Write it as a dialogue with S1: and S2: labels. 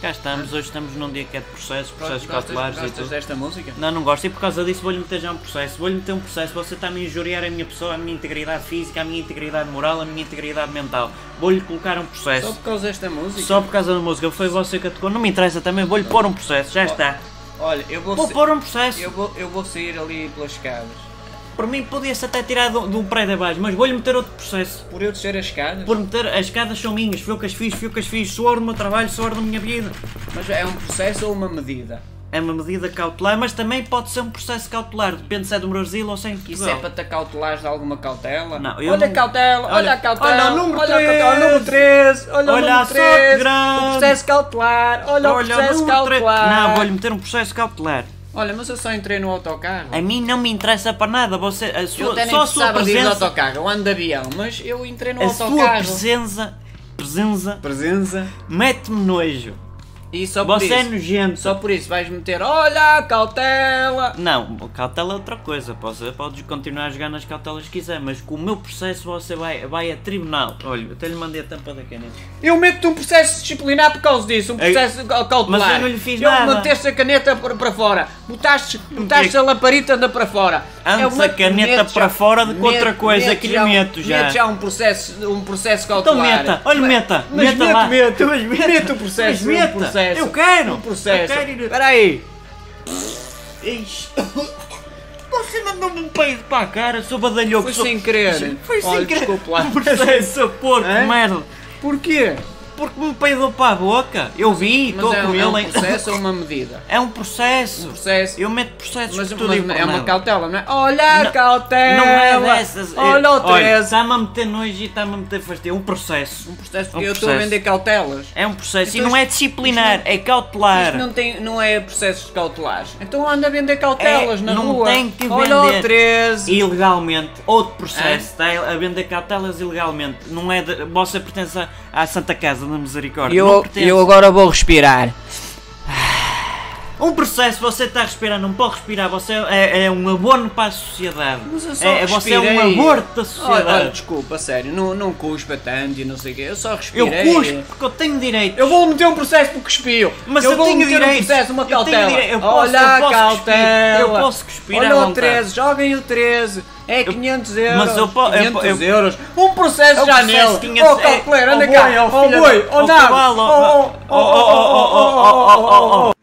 S1: Cá estamos, hoje estamos num dia que é de processos, processos
S2: Gostas-
S1: cautelares e
S2: gostas
S1: tudo.
S2: desta música?
S1: Não, não gosto. E por causa disso vou-lhe meter já um processo. Vou-lhe meter um processo. Você está-me a injuriar a minha pessoa, a minha integridade física, a minha integridade moral, a minha integridade mental. Vou-lhe colocar um
S2: Só
S1: processo.
S2: por causa desta música?
S1: Só por causa da música. Foi você que atacou. Não me interessa também. Vou-lhe pôr um processo. Já está.
S2: Olha, eu vou,
S1: Vou
S2: sa-
S1: pôr um processo.
S2: eu vou Eu vou sair ali pelas escadas.
S1: Por mim podia-se até tirar de um, de um prédio abaixo, mas vou-lhe meter outro processo.
S2: Por eu descer as escadas?
S1: Por meter as escadas são minhas, fui eu que as fiz, fui eu que as fiz, suor do meu trabalho, suor da minha vida.
S2: Mas é um processo ou uma medida?
S1: É uma medida cautelar, mas também pode ser um processo cautelar, depende se é do Brasil ou se é em
S2: Isso
S1: Portugal.
S2: é para te cautelares de alguma cautela?
S1: Não, eu
S2: olha a
S1: não-
S2: cautela, olha,
S1: olha-
S2: a cautela,
S1: olha o número
S2: olha a cautela,
S1: três.
S2: número 3, olha,
S1: Olha
S2: o
S1: a
S2: número
S1: sorte
S2: 3,
S1: grande.
S2: o processo cautelar, olha, o
S1: Olha,
S2: um processo
S1: número tre-
S2: cautelar.
S1: Não, vou-lhe meter um processo cautelar.
S2: Olha, mas eu só entrei no autocarro.
S1: A mim não me interessa para nada, você, a
S2: eu até
S1: sua,
S2: nem
S1: só a sua
S2: precisava de ir de
S1: presença,
S2: autocarro, eu ando de avião, mas eu entrei no
S1: a sua
S2: autocarro.
S1: presença, presença,
S2: Presença.
S1: mete-me nojo.
S2: E só por
S1: Você é
S2: isso,
S1: nojento.
S2: só por isso vais meter, olha a cautela.
S1: Não, cautela é outra coisa. Posso, podes continuar a jogar nas cautelas que quiser, mas com o meu processo você vai, vai a tribunal. Olha, eu até lhe mandei a tampa da caneta.
S2: Eu meto-te um processo disciplinar por causa disso, um
S1: Ei,
S2: processo ca- cautelar.
S1: É- mas eu não lhe fiz nada.
S2: meteste a caneta por- para fora, botaste, botaste
S1: Meti-
S2: a laparita anda para fora. É
S1: Antes
S2: Eu
S1: a
S2: meto-
S1: caneta
S2: meto
S1: para
S2: já-
S1: fora do que outra
S2: meto-
S1: coisa, que lhe
S2: já um-
S1: meto já.
S2: Meto já um processo, um processo
S1: Então
S2: cautelar.
S1: meta, olha
S2: Mas-
S1: meta,
S2: mas
S1: meta
S2: meto,
S1: lá.
S2: meto,
S1: Mas meta.
S2: meto o processo,
S1: Mas meta.
S2: um processo.
S1: Eu quero.
S2: Um processo.
S1: Eu quero ir-
S2: Espera aí.
S1: Ixi. Você mandou-me um peido para a cara, sou badalhoco.
S2: Foi
S1: sou-
S2: sem querer.
S1: Foi sem
S2: Olha,
S1: querer.
S2: desculpe lá.
S1: Um processo, seu porco,
S2: Hã?
S1: merda.
S2: Porquê?
S1: Porque me peidou para a boca. Eu vi,
S2: Mas
S1: estou
S2: é,
S1: com
S2: um-
S1: ele.
S2: é um
S1: hein?
S2: processo ou uma medida?
S1: É um processo.
S2: Um processo.
S1: Eu meto processos
S2: Mas,
S1: por tudo e
S2: mas
S1: por
S2: é uma
S1: nada.
S2: cautela, não é? Olha a
S1: Não-
S2: cautela!
S1: Não é dessas.
S2: Olha o 13!
S1: Está-me a meter nojo e está-me a meter fastidio. É um processo.
S2: Um processo,
S1: Um
S2: eu estou a
S1: processo.
S2: vender cautelas.
S1: É um processo. E
S2: Então
S1: não é
S2: isto-
S1: disciplinar,
S2: isto
S1: é cautelar.
S2: Isto não, tem, não é processos cautelares. Então anda a vender cautelas
S1: É,
S2: na
S1: não
S2: rua.
S1: tem que
S2: Olha
S1: vender.
S2: o 13!
S1: Ilegalmente, outro processo,
S2: Ah.
S1: está a vender cautelas ilegalmente, não é de, você pertence à- à Santa Casa da Misericórdia, não
S2: Eu,
S1: pertence.
S2: eu agora vou respirar.
S1: Um processo, você está a respirar, não pode respirar, você é, é um abono para a sociedade,
S2: Mas eu só
S1: é, é- você é um
S2: respirei.
S1: aborto da
S2: Olha, olha,
S1: sociedade.
S2: desculpa, sério, não, não cuspa tanto e não sei o quê. Eu só
S1: eu
S2: respirei.
S1: cuspo porque eu tenho direito.
S2: Eu vou meter um processo porque espio.
S1: Mas eu
S2: vou
S1: tenho
S2: meter um
S1: direito.
S2: processo, uma
S1: Eu tenho
S2: cautela.
S1: direito. Eu posso-
S2: Olha
S1: eu
S2: a
S1: posso
S2: cautela.
S1: cuspir. Eu posso cuspir à
S2: Olha o
S1: vontade.
S2: 13, joguem o 13. É 500 euros.
S1: mas eu po- eu
S2: 500
S1: po- eu-
S2: euros. Um processo
S1: Eu
S2: já
S1: pensei
S2: nele.
S1: que tinha-
S2: Oh, calculeiro,
S1: é,
S2: anda
S1: oh,
S2: cá.
S1: boi, oh,
S2: Oh,
S1: filha
S2: boi,
S1: da-
S2: oh,
S1: oh,
S2: nada.
S1: cavalo,
S2: Oh, oh, oh, oh, oh, oh, oh, oh, oh, oh, oh.